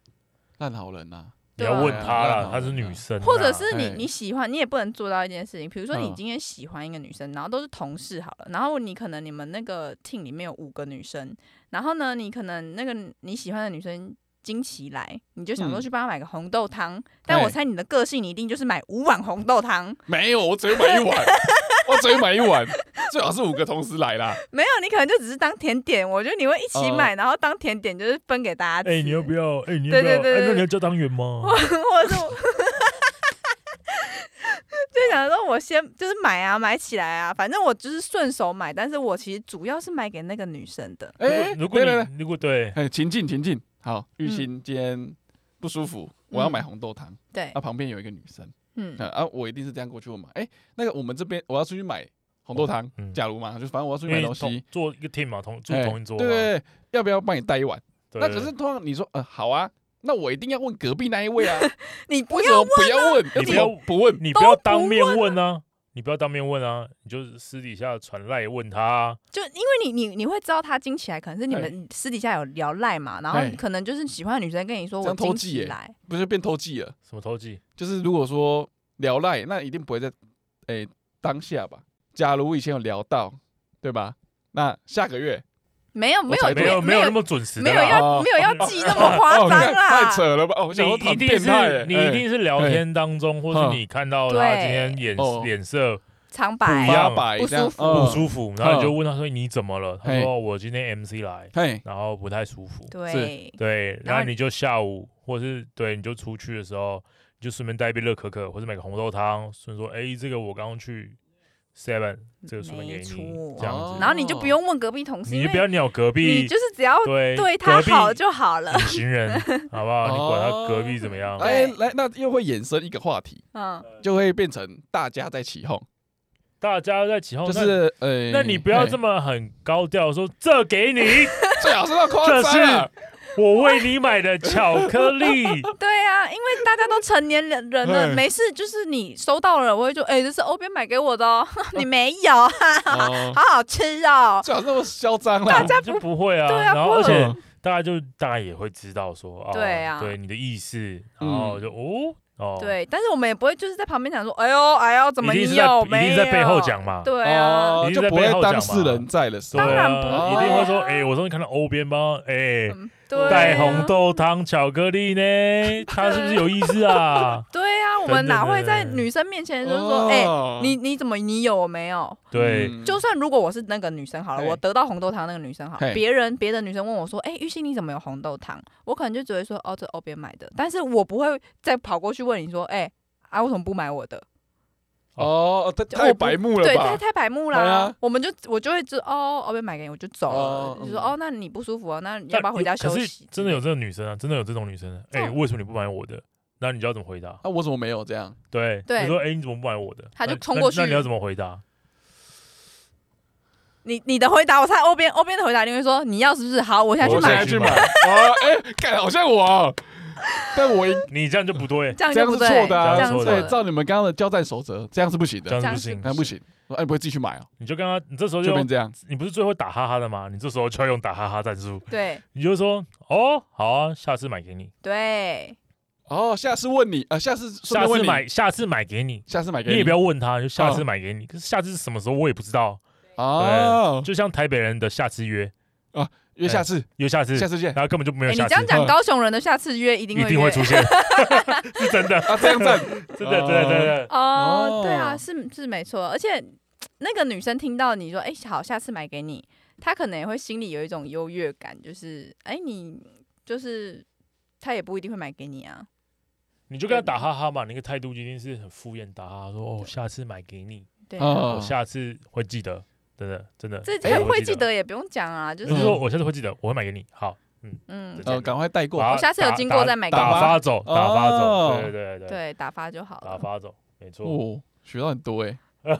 烂好人呐，你对要啊问她啦，对啊她是女生啊，或者是你哎你喜欢，你也不能做到一件事情。比如说你嗯今天喜欢一个女生，然后都是同事好了，然后你可能你们那个 team 里面有五个女生，然后呢，你可能那个你喜欢的女生惊奇来，你就想说嗯去帮她买个红豆汤，但我哎猜你的个性你一定就是买五碗红豆汤，没有，我只会买一碗， 我只会买一碗，最好是五个同时来啦。没有，你可能就只是当甜点。我觉得你会一起哦买，然后当甜点就是分给大家吃。哎，你要不要？哎，你要不对要？对对哎，那对你要叫汤圆吗？ 或者是我 就想说，我先就是买啊，买起来啊，反正我就是顺手买，但是我其实主要是买给那个女生的。哎，如果来来来你如果对，哎，情境情境，好，玉鑫今天不舒服，嗯我要买红豆汤，对啊，，旁边有一个女生，嗯，呃啊，我一定是这样过去问嘛，哎，那个我们这边我要出去买红豆汤嗯，假如嘛，就反正我要出因去买为东同西，做一个 team 嘛，同住哎同一桌嘛，啊对对对，要不要帮你带一碗？对那可是通常你说，呃，好啊，那我一定要问隔壁那一 位啊，你不为什么不要问？你为什不要么不问？你不要当面问啊，你不要当面问啊，你就私底下传赖问他啊，就因为你你你会知道她惊起来，可能是你哎们私底下有聊赖嘛，然后哎可能就是喜欢的女生跟你说这我样偷惊记起耶来，哎不是变偷鸡了？什么偷鸡，就是如果说聊赖，那一定不会在诶、当下吧？假如以前有聊到，对吧？那下个月没有没我有才没有没有有那么准时没的有啦。要哦没有要记那么夸哦张啊你看啦，太扯了吧？哦，我想说你一很定变态耶、是你一定是聊哎天当中，或是哼你看到他对今天眼哦脸色长不一白样，哎八百不这样舒服不嗯舒服，然后你就哼问他说你怎么了？他嘿说哦我今天 MC 来，嘿，然后不太舒服。对，对，然然后后你就下午或是对，你就出去的时候，你就顺便带一杯热可可，或者买个红豆汤，顺便说，哎，这个我刚刚去 Seven，这个顺便给没你，错这样子，哦然后你就不用问隔壁同事，你因就为不要鸟隔你壁，就是只要对对隔他壁好就好 了，隐形人，好不好？你管他隔壁怎么样？哎、对来，那又会衍生一个话题，嗯。就会变成大家在起哄，大家在起哄，就哦那是呃，那你不要这么 么很高调说这给你，哎最好是要夸这张啊是我为你买的巧克 力，对啊，因为大家都成年人 人哎了，对没事，就是你收到了，我会就哎、这是欧边买给我的哦， 你没有，哦好好吃哦。讲那么嚣张大啦，家就不会啊。对啊然后而不会且嗯大家就大家也会知道说，哦、对啊对你的意思，然后就、哦哦，，对，但是我们也不会就是在旁边讲说，哎呦，哎呦，怎么一定是你在有一定没是有？在背后讲嘛，对啊，哦你就是在不会背后讲当嘛事人在的时对候当，然不啊，会一定会说，啊哎、我终于看到欧边包，哎、嗯，对啊，带红豆汤巧克 力呢，他是不是有意思啊？对啊，我们真的哪会在呢女生面前就是哦说，哎、你你怎么你有我没有？对，哦嗯就算如果我是那个女生好了，嘿我得到红豆汤那个女生好了，嘿别人别的女生问我说，哎、玉鑫你怎么有红豆汤？我可能就只会说，哦，这欧边买的，但是我不会再跑过去问你说，哎、啊，为什么不买我的？哦，他我太不白目了对，太吧？太白目对啦啊。我们就我就会知哦，欧边买给你，我就走了哦。就说嗯哦，那你不舒服啊，那你但要不要回家休可是息？哦真的有这种女生啊，真的有这种女生、啊，哎、这种为什么你不买我的？那你就要怎么回答？啊，我怎么没有这样？对，对你说哎、你怎么不买我的？他就那冲那过去那你要怎么回答？你你的回答，我猜欧边欧边的回答一定会说，你要是不是好，我现在去我现在买想。去买啊！哎，干，好像我哦，但我应你这样就不 对，这样这就样不是哦对，错的啊，这样是错错的对，照你们刚刚的交战守则，这样是不行这的，样这不样行那。不行。说哎，不会自己去买哦，你就跟他，你这时候就就用变这样。你不是最会打哈哈的吗？你这时候就要用打哈哈战术，对你就说哦，好啊，下次买给你，对，哦，下次问你啊，下次顺下便问次你，买，下次买给你，下次买给嗯你也不要问他，就下次买给你。可是下次是什么时候我也不知道，哦，就像台北人的下次约，约下次，有下次，下次见然后根本就没哎，有你下这次样，讲，嗯高雄人的下次约一定一会定会约。出现， 是真的，啊，这样 赞。真的，真的，真的。哦，对啊，哦是是没错，而且那个女生听到你说，哎、好，下次买给你，她可能也会心里有一种优越感，就是，哎、你就是她也不一定会买给你啊，你就跟他打哈哈嘛，那个态度一定是很敷衍，打哈哈说哦，下次买给你，对啊哦我下次会记得，真的，真的，这真的会会记，得也不用讲啊，就就是是，说我下次会记得，我会买给你，好，嗯，嗯，呃，赶快带过把它我下次有打经过再买给打你发走，打发走，哦对对对，对，打发就好打了。发走，没错，哦，学到很多 哎、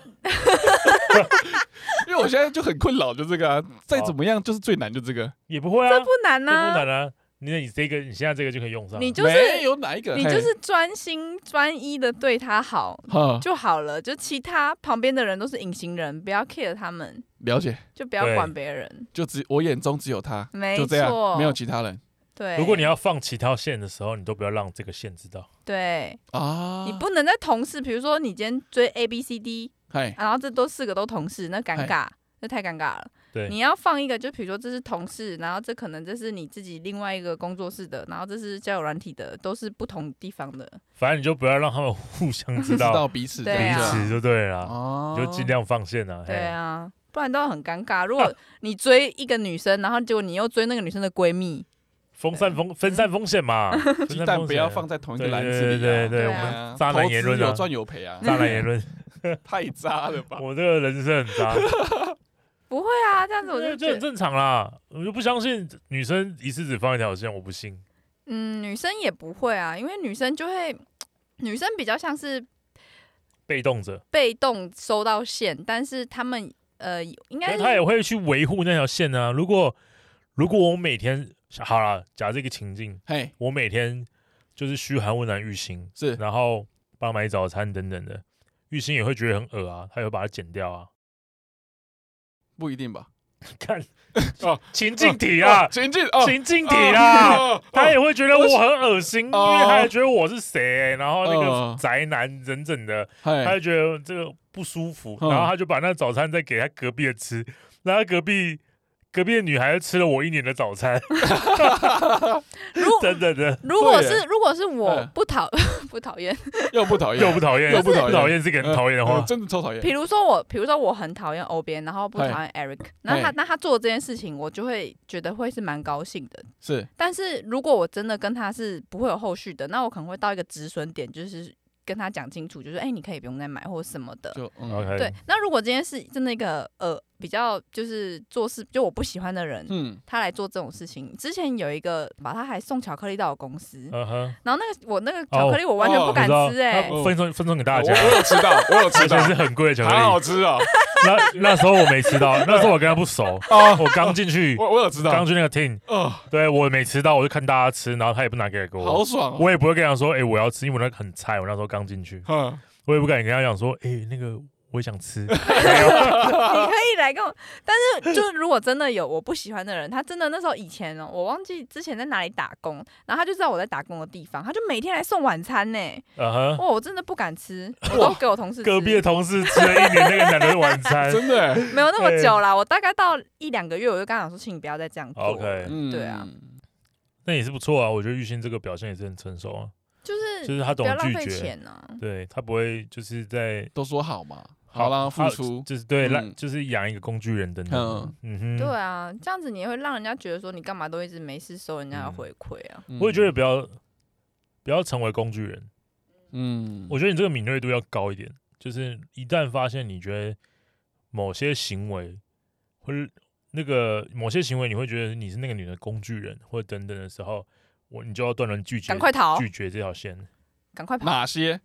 因为我现在就很困扰，就这个、啊，再怎么样就是最难，就这个。也不会啊，这这不难不呐、难啊，你你这个你现在这个就可以用上，你就是没有哪一个，你嘿就是专心专一的对她好哈就好了，就其他旁边的人都是隐形人，不要 care 他们，了解，就不要对管别人。就只我眼中只有他，没就这样，错，没有其他人对，如果你要放其他线的时候，你都不要让这个线知道，对，啊。你哦不能在同事，比如说你今天追 A B C D，、嗨，啊然后这都四个都同事，那尴尬，那太尴尬了。对你要放一个，就比如说这是同事，然后这可能这是你自己另外一个工作室的，然后这是交友软体的，都是不同地方的。反正你就不要让他们 互相知知道道彼此对彼啊此就对了，哦你就尽量放线啊，对嘿，啊啊，不然都很尴尬。如果你追一个女生，然后结果你又追那个女生的闺蜜，分散风分散风 险嘛，分鸡散蛋风不要险放在同一个对篮对子里、啊，对对对对我啊们啊渣男言论投资啊有，赚有赔啊，渣男言论，太渣了 吧？我这个人是很渣，不会啊，这样子我就这觉这很得，正常啦，我就不相信女生一次只放一条线，我不信。嗯，女生也不会啊，因为女生就会，女生比较像是被动者，被动收到线，但是他们呃，应因该为是他也会去维护那条线啊。如果如果我每天好了，假这个情境，嘿，我每天就是嘘寒问暖玉兴，是然后帮她买早餐等等的，玉兴也会觉得很恶啊，他也会把它剪掉啊。 不一定吧？看哦，情境题啊哦，情境哦，情境题啊。哦，他也会觉得我很恶心，因哦为他也觉得我是谁、然后那个哦宅男整整的，他嗨就觉得这个不舒服，哎嗯然后他就把那早餐再给他隔壁的吃，然后隔壁隔壁的女孩吃了我一年的 早餐，如果真的的如果对是如果是我嗯不讨 不讨厌，又不讨厌，又不讨厌，哎又不讨厌讨厌是个很讨厌的呃话呃，真的超讨厌比。如说我，比如说我很讨厌欧边，然后不嗨讨厌 Eric，那他嗨那他做这件事情，我就会觉得会是蛮高兴的。是但是如果我真的跟他是不会有后续的，那我可能会到一个止损点，就是跟他讲清楚，就是哎、你可以不用再买或什么的。就嗯 OK，对，那如果这件事真的一个呃，比较就是做事就我不喜欢的人，嗯，他来做这种事情。之前有一个把他还送巧克力到我公司，嗯哼，然后那个我那个巧克力我完全哦不敢我吃知道哎、他分送分送给大我家，我有知道，我有而 知且道是，很贵的巧克好好力。吃哦，那那时候我没 吃到，那时候我跟他不熟，哦，我刚进去，我我有知刚道，去那个 team，哦，对我没吃到，我就看大家吃，然后他也不拿给我，好爽哦，我也不会跟他说，哎、我要吃，因为我那个很菜，我那时候刚进去，哼，我也不敢跟他讲说，哎、那个我也想吃， 你可 以来跟我，但是就如果真的有我不喜欢的人，他真的那时候以前哦、我忘记之前在哪里打工，然后他就知道我在打工的地方，他就每天来送晚餐呢、 嗯哼，哇，我真的不敢吃，我都给我同事吃，隔壁的同事吃了一年那个男的晚餐真的欸， 没有那么久啦，我大概到一两个月，我就跟他讲说，请你不要再这样做。 ，OK，嗯，对啊，那也是不错啊，我觉得玉兴这个表现也是很成熟啊，就是就是他不懂要浪拒费绝，嗯钱呢、啊。对他不会就是在呃都说好嘛，好啦，付他出，就是对，让、嗯就是养一个工具人等等的，嗯哼，对啊，这样子你也会让人家觉得说你干嘛都一直没事收人家的回馈啊？嗯我也觉得，不要不要成为工具人，嗯，我觉得你这个敏锐度要高一点，就是一旦发现你觉得某些行为或者那个某些行为，你会觉得你是那个女的工具人或者等等的时候，我你就要断然拒绝，赶快逃，拒绝这条线。赶快跑！哪些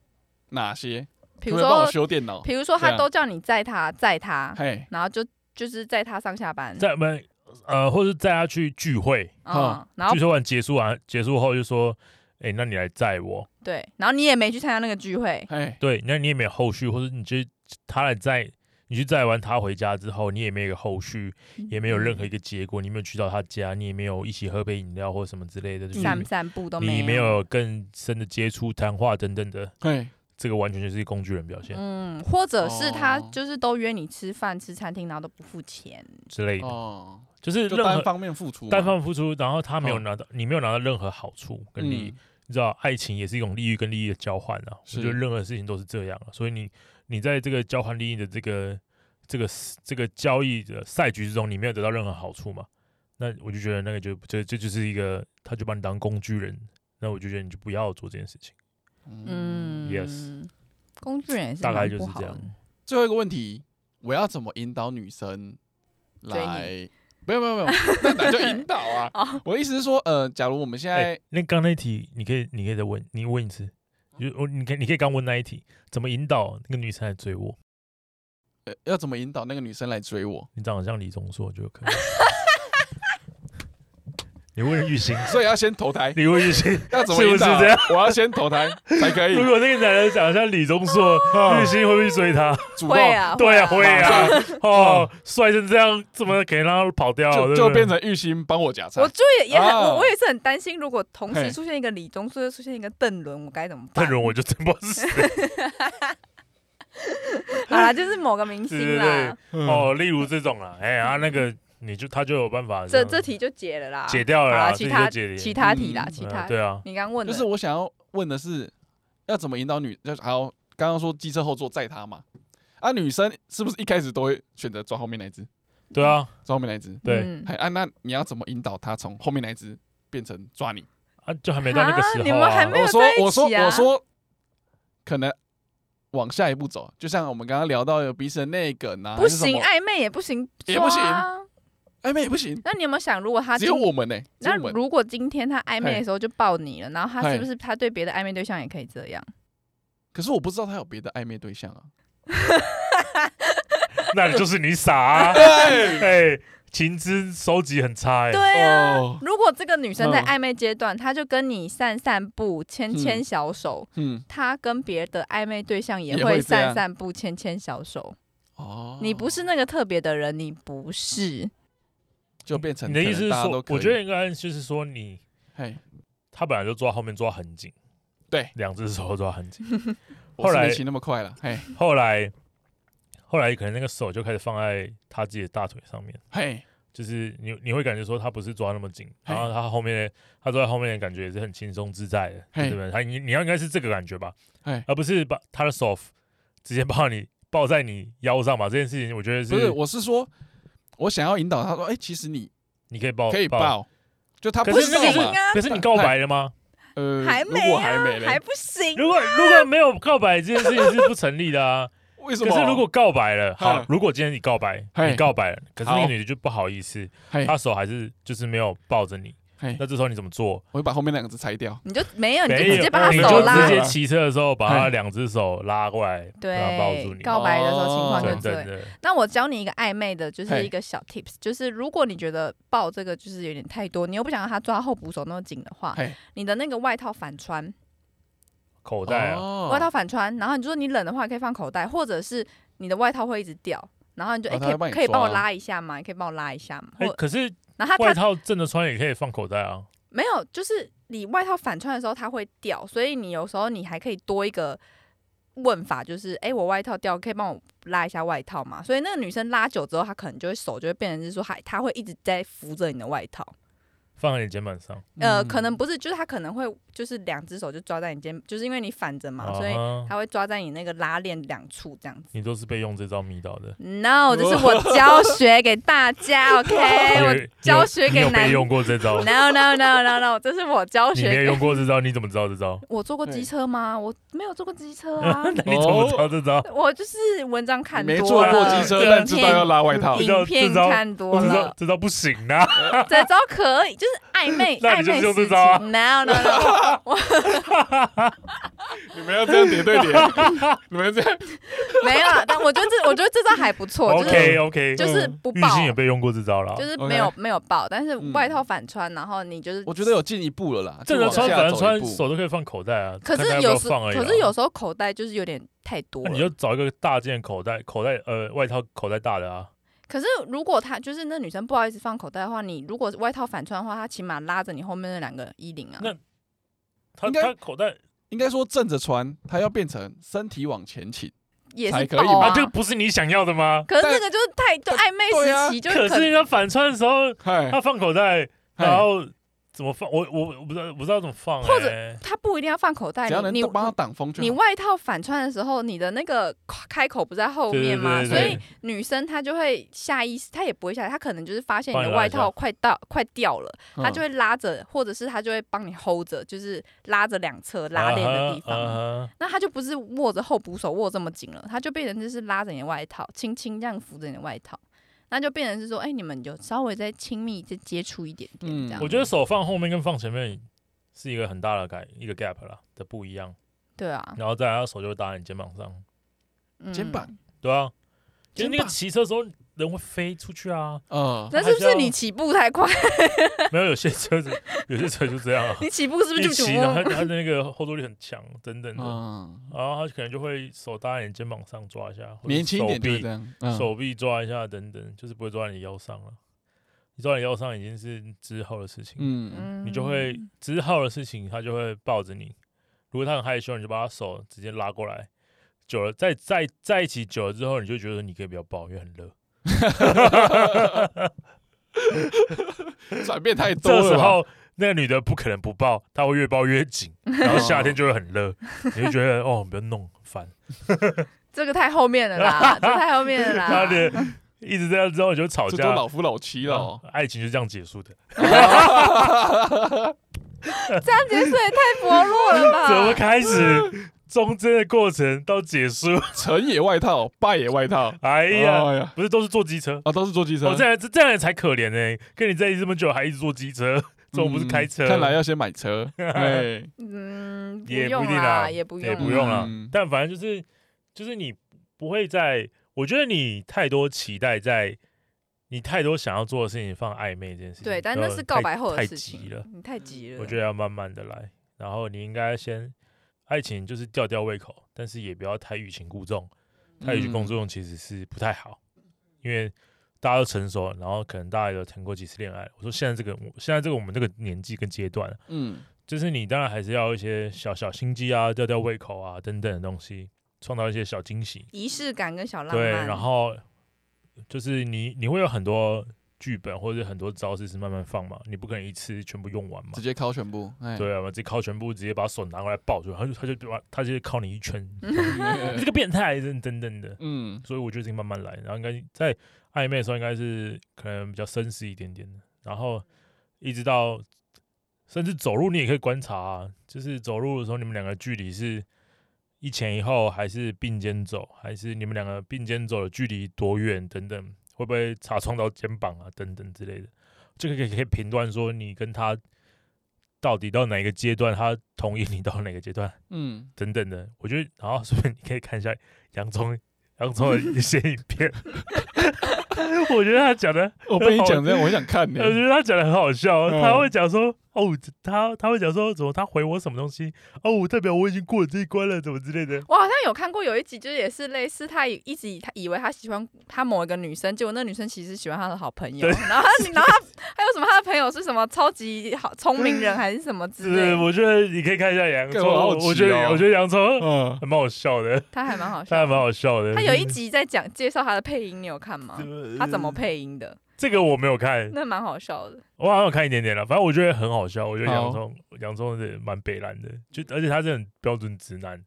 哪些，比可不如可以帮说我，修电脑，比如说对他啊都叫你载他，载他，嘿，然后就就是载他上下班，再不然呃，或者带她去聚会，嗯，然后聚会完结束完结束后就说，哎、那你来载我。对，然后你也没去参加那个聚会，嘿，对，那你也没有后续，或者你去他来载你去载完他回家之后，你也没有一个后续，也嗯没有任何一个结果，你没有去到他家，你也没有一起喝杯饮料或什么之类的，就是散不散步都你没有。有更深的接触、谈话等等的，嘿，这个完全就是工具人表现嗯，或者是他哦就是都约你吃饭、吃餐厅，然后都不付钱，之类的，哦，就是就任单何方面付出啊嘛，单方付出，然后他没有哦拿到，你没有拿到任何好处跟利益嗯，，你知道，爱情也是一种利益跟利益的交换啊。是我觉得任何事情都是这样、啊，所以你你在这个交换利益的这个这个这个交易的赛局之中，你没有得到任何好处嘛？那我就觉得那个就这这就是一个，他就把你当工具人，那我就觉得你就不要做这件事情，嗯 Yes 工具人也是大概蛮就不是好这的样。最后一个问题，我要怎么引导女生追你来？没有没有 没有，那哪叫引导啊？哦，我的意思是说，呃，假如我们现在哎，那刚那一题你可以你可以再问，你问一次，就我你可以你可以刚问那一题，怎么引导那个女生来追我？呃要怎么引导那个女生来追我？你长得像李钟硕就 可以。你问玉兴，所以要先投胎，你问玉兴。要怎么引导是不是这样？我要先投胎才可以如。果那个男人长得像李钟硕，啊玉兴会不会追他？主动会啊， 对啊，啊，会啊。哦，帅成这样，怎么可以让他跑掉？啊就对不对就变 成玉兴帮我夹菜我。就也也很，啊我我也是很担心，如果同嘿时出现一个李钟硕，又出现一个邓伦，我该怎么办？邓，伦，我就真不知道是谁。好啦，就是某个明星啦。嗯哦，例如这种啦，哎啊，那个你就他就有办法这样这题就解了啦，解掉了好啦，啦，这其题他就解其掉。他题啦，嗯其嗯他。对啊，你刚问的就是我想要问的是，要怎么引导女？就是还有刚刚说机车后座载她嘛？啊，女生是不是一开始都会选择抓后面那一只？对啊，抓后面那一只？对嗯哎啊，那你要怎么引导她从后面那一只变成抓你？啊，就还没到那个时啊你候们还啊没。有我说在一起啊我说我说，可能往下一步走，就像我们刚刚聊到有彼此的内梗啊，不行，哎暧昧也不行，也不行抓啊。暧昧也不行，那你有没有想，如果他只今有我们呢，只有那我们。如果今天他暧昧嘿的时候就抱你了，然后他嘿是不是他对别的暧昧对象也可以这样？可是我不知道她有别的暧昧对象啊。那你就是你傻啊！对，哎，情资收集很差哎。对啊。哦，如果这个女生在嗯暧昧阶段，她就跟你散散步、牵牵小手，嗯，她跟别的暧昧对象也也会会这样散散步、牵牵小手。哦，你不是那个特别的人，你不是。就变成你的意思可是能大家都说，可以我觉得应该就是说你嘿，他本来就抓后面抓很紧，对，两只手抓很紧。后后来来没骑那么快了，嘿，后来，后来可能那个手就开始放在他自己的大腿上面，嘿，就是你你会感觉说他不是抓那么紧，嘿然后他后面的他坐在后面的感觉也是很轻松自在的，嘿对不对？他你你要应该是这个感觉吧嘿，而不是把他的手直接抱你抱在你腰上吧。这件事情我觉得不是，是我是说，我想要引导他说，哎，其实你你可以抱，可以抱，抱，就他哦可不是行那行个嘛，啊，可是你告白了吗？呃，还如没果啊，还没嘞，不行。如果如果没有告白，这件事情是不成立的啊。 为什可么？是如果告白了，好嗯，如果今天你告白，嘿你告白了，可是那好个女的就不好意思，嘿她手还是就是没有抱着你，嘿，那这时候你怎么做？我会把后面两个字裁掉。你就没哦有，你就没有直接把他你手就拉直来接骑车的时候把她嘿两只手拉过来，然后抱住 对，你，告白的时候情况白就真这正样。的那我教你一个暧昧的，就是嘿一个小 tips，就是如果你觉得抱这个就是有点太多，你又不想让他抓后补手那么紧的话，嘿，你的那个外套反穿，口我袋啊，哦外套反穿，然后你就说你冷的话可以放口袋，或者是你的外套会一直掉，然后你就哦哎、他可会帮以你可以帮我抓拉一下吗？你可以帮我拉一下吗？哎，或可是然后他外他套正着穿也可以放口袋啊，没有，就是你外套反穿的时候它会掉，所以你有时候你还可以多一个问法，就是哎、我外套掉，可以帮我拉一下外套吗？所以那个女生拉久之后，她可能就会手就会变成是说，她她会一直在扶着你的外套。放在你肩膀上，呃，嗯可嗯能不是，就是他可能会就是两只手就抓在你肩，就是因为你反着嘛，所以啊哈他会抓在你那个拉链两处这样子。你都是被用这招迷倒的。 No，这是我教学给大家 你，OK？有我哦你有教学你给有男被用过这招？ No No No No No，这是我教你学没有给。用过这招，你怎么知道这招？ 我坐过对机车吗？我没有坐过机车啊，那你怎么知道这 招？我就是文章看没多坐了，过机车，影但知道要拉外套这。片招影片这招看多我知了道。这招不行啊！这招可以，就是暧昧 那你暧就昧是用时这期。招啊 No No No，你们要这样叠对叠， 你们要 这样没有啦。但我觉得这， 我觉得这招还不错，就是 OK OK，就是不嗯玉报兴也被用过这招了就。是 OK 没有没有爆，但是嗯外套反穿，然后你就是我觉得。有进一步了啦，正常穿就反往正下走一穿步手都可以放口袋啊，可看是看要有不时，要放而已啊。可是有时候口袋就是有点太多那你了。就找一个大件口袋，口袋呃外套口袋大的啊。可是如果他就是那女生不好意思放口袋的话，你如果外套反穿的话，她起码拉着你后面那两个衣领啊。那他应该他口袋应该说正着穿，它要变成身体往前倾。也才是可以爆吧啊，啊。这个不是你想要的吗？可是但这个就是太就暧对昧啊时期，就可是人家反穿的时候，嗨，他放口袋，嗨然后怎么放？我我我不知道，我不知道怎么放。或者哎他不一定要放口袋，只要能你你帮它挡风就你好。外套反穿的时候，你的那个开口不在后对对面嘛，对所对以女生她就会下意识，她也不会下来，她可能就是发现你帮的你拉外一下套快到快掉了，她嗯就会拉着，或者是她就会帮你 hold 着，就是拉着两侧拉链的地啊方。哈啊哈那她就不是握着后补手握这么紧了，她就变成就是拉着你的外套，轻轻这样扶着你的外套，那就变成是说，哎、你们有稍微再亲密再接触一点点这样。嗯我觉得手放后面跟放前面是一个很大的改一个 gap 啦的不一样，对啊，然后再来他手就会搭在你肩膀上，嗯肩膀，对啊，就是肩那膀个骑车的时候人会飞出去啊，嗯，那是不还哦是是要你起步太快？ ，没有有些车子有些车就这样啊你起步是不是一就骑哦然后它的那个后坐力很强等等的，嗯，然后他可能就会手搭在你肩膀上抓一下，或者年轻一点就手臂是这样。嗯手臂抓一下等等，就是不会抓在你腰上了。你抓在你腰上已经是之后的事情，嗯，嗯你就会之后的事情，他就会抱着你。如果他很害羞，你就把他手直接拉过来。久了，在在在一起久了之后，你就觉得你可以不要抱，因为很热。嗯转变太多这时了吧。候那个女的不可能不抱，她会越抱越紧，嗯然后夏天就会很 热，你就觉得哦，不要弄，很烦。这个太后面了 啦，这太后面了她啦。的一直这样之后，你就吵这架啊都。嗯老夫老妻了哦，爱情就这样结束的，这样结束也太薄弱了 吧？怎么开始中间的过程到结束？ 成也外套，败也外套。哎呀，哎呀，不是都是坐机车？啊，都是坐机车哦，。这样这这样才可怜呢、跟你在一起这么久，还一直坐机车，这种不是开车，嗯看来要先买 车。哎，嗯，不也用不一定啦，啦也不也用，不用了。嗯但反正就是就是你不会在，我觉得你太多期待在，你太多想要做的事情放暧昧这件事情，对，但然那后是告太白后的太事情急了，，你太急了。我觉得要慢慢的来。然后你应该先，爱情就是吊吊胃口，但是也不要太欲擒故纵，太欲擒嗯故纵其实是不太好，因为大家都成熟了，然后可能大家有谈过几次恋爱了。我说现在这个，我现在这个我们这个年纪跟阶段，嗯，就是你当然还是要一些小小心机啊，吊吊胃口啊等等的东西，创造一些小惊喜。仪式感跟小浪漫，对，然后就是你你会有很多剧本或者很多招式是慢慢放嘛，你不可能一次全部用完嘛直。接敲全部。哎，对啊，直接靠全部，直接把手拿过来抱住，他就他就把他就靠你一圈，你嗯这个变态，等等等的。 嗯，所以我觉得这个慢慢来，然后应该在暧昧的时候应该是可能比较绅士一点点的，然后一直到甚至走路你也可以观察、啊，就是走路的时候你们两个距离是一前一后，还是并肩走，还是你们两个并肩走的距离多远等等，会不会擦撞到肩膀啊等等之类的，这个可以可以评断说你跟他到底到哪个阶段，他同意你到哪个阶段 嗯，等等的。我觉得，然后 顺便你可以看一下洋葱洋葱的一些影片， 我觉得他讲的我被你讲这样，我很想看 你我。觉得他讲的很好笑，嗯他会讲说，哦，这他他会讲说，怎么他回我什么东西，哦，代表我已经过了这一关了，怎么之类的。我好像有看过有一集，就是也是类似，他以一直以他以为他喜欢他某一个女生，结果那女生其实喜欢他的好朋友，对然后他 然后他还有什么他的朋友是什么超级好聪明 人还是什么之类是，的，我觉得你可以看一下洋葱，干我好奇我觉得哦我觉得洋葱嗯，还蛮好笑的，他还蛮好他还笑蛮的。好笑的。他有一集在讲介绍他的配音，你有看 吗？呃他怎么？配音的，这个我没有看，那蛮好笑的。我好像有看一点点了，反正我觉得很好笑。我觉得好洋葱洋葱是蛮北蓝的，就而且他是很标准直男，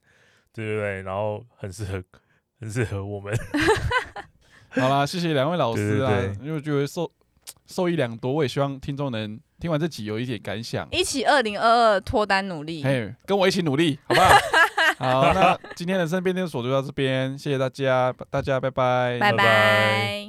对对对，然后很适合很适合我们。 好啦，谢谢两位老师啊对对，因为我觉得受受益良多，我也希望听众能听完这集有一点感想，一起二零二二脱单努力，嘿，跟我一起努力，好不 好？好，那今天的身边电所就到这边，谢谢大家，大家拜拜，拜拜拜。